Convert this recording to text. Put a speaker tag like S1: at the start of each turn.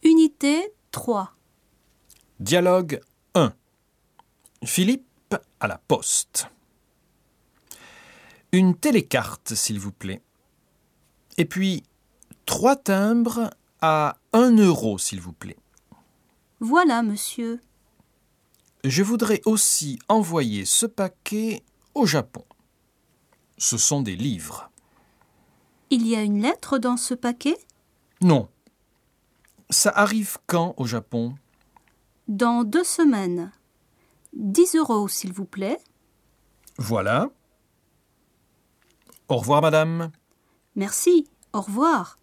S1: Activité 3.
S2: Dialogue 1. Philippe à la poste. Une télécarte, s'il vous plaît. Et puis, trois timbres à 1 euro, s'il vous plaît.
S1: Voilà, monsieur.
S2: Je voudrais aussi envoyer ce paquet au Japon. Ce sont des livres.
S1: Il y a une lettre dans ce paquet
S2: Non. Ça arrive quand au Japon
S1: Dans deux semaines. 10 euros, s'il vous plaît.
S2: Voilà. Au revoir, madame.
S1: Merci. Au revoir.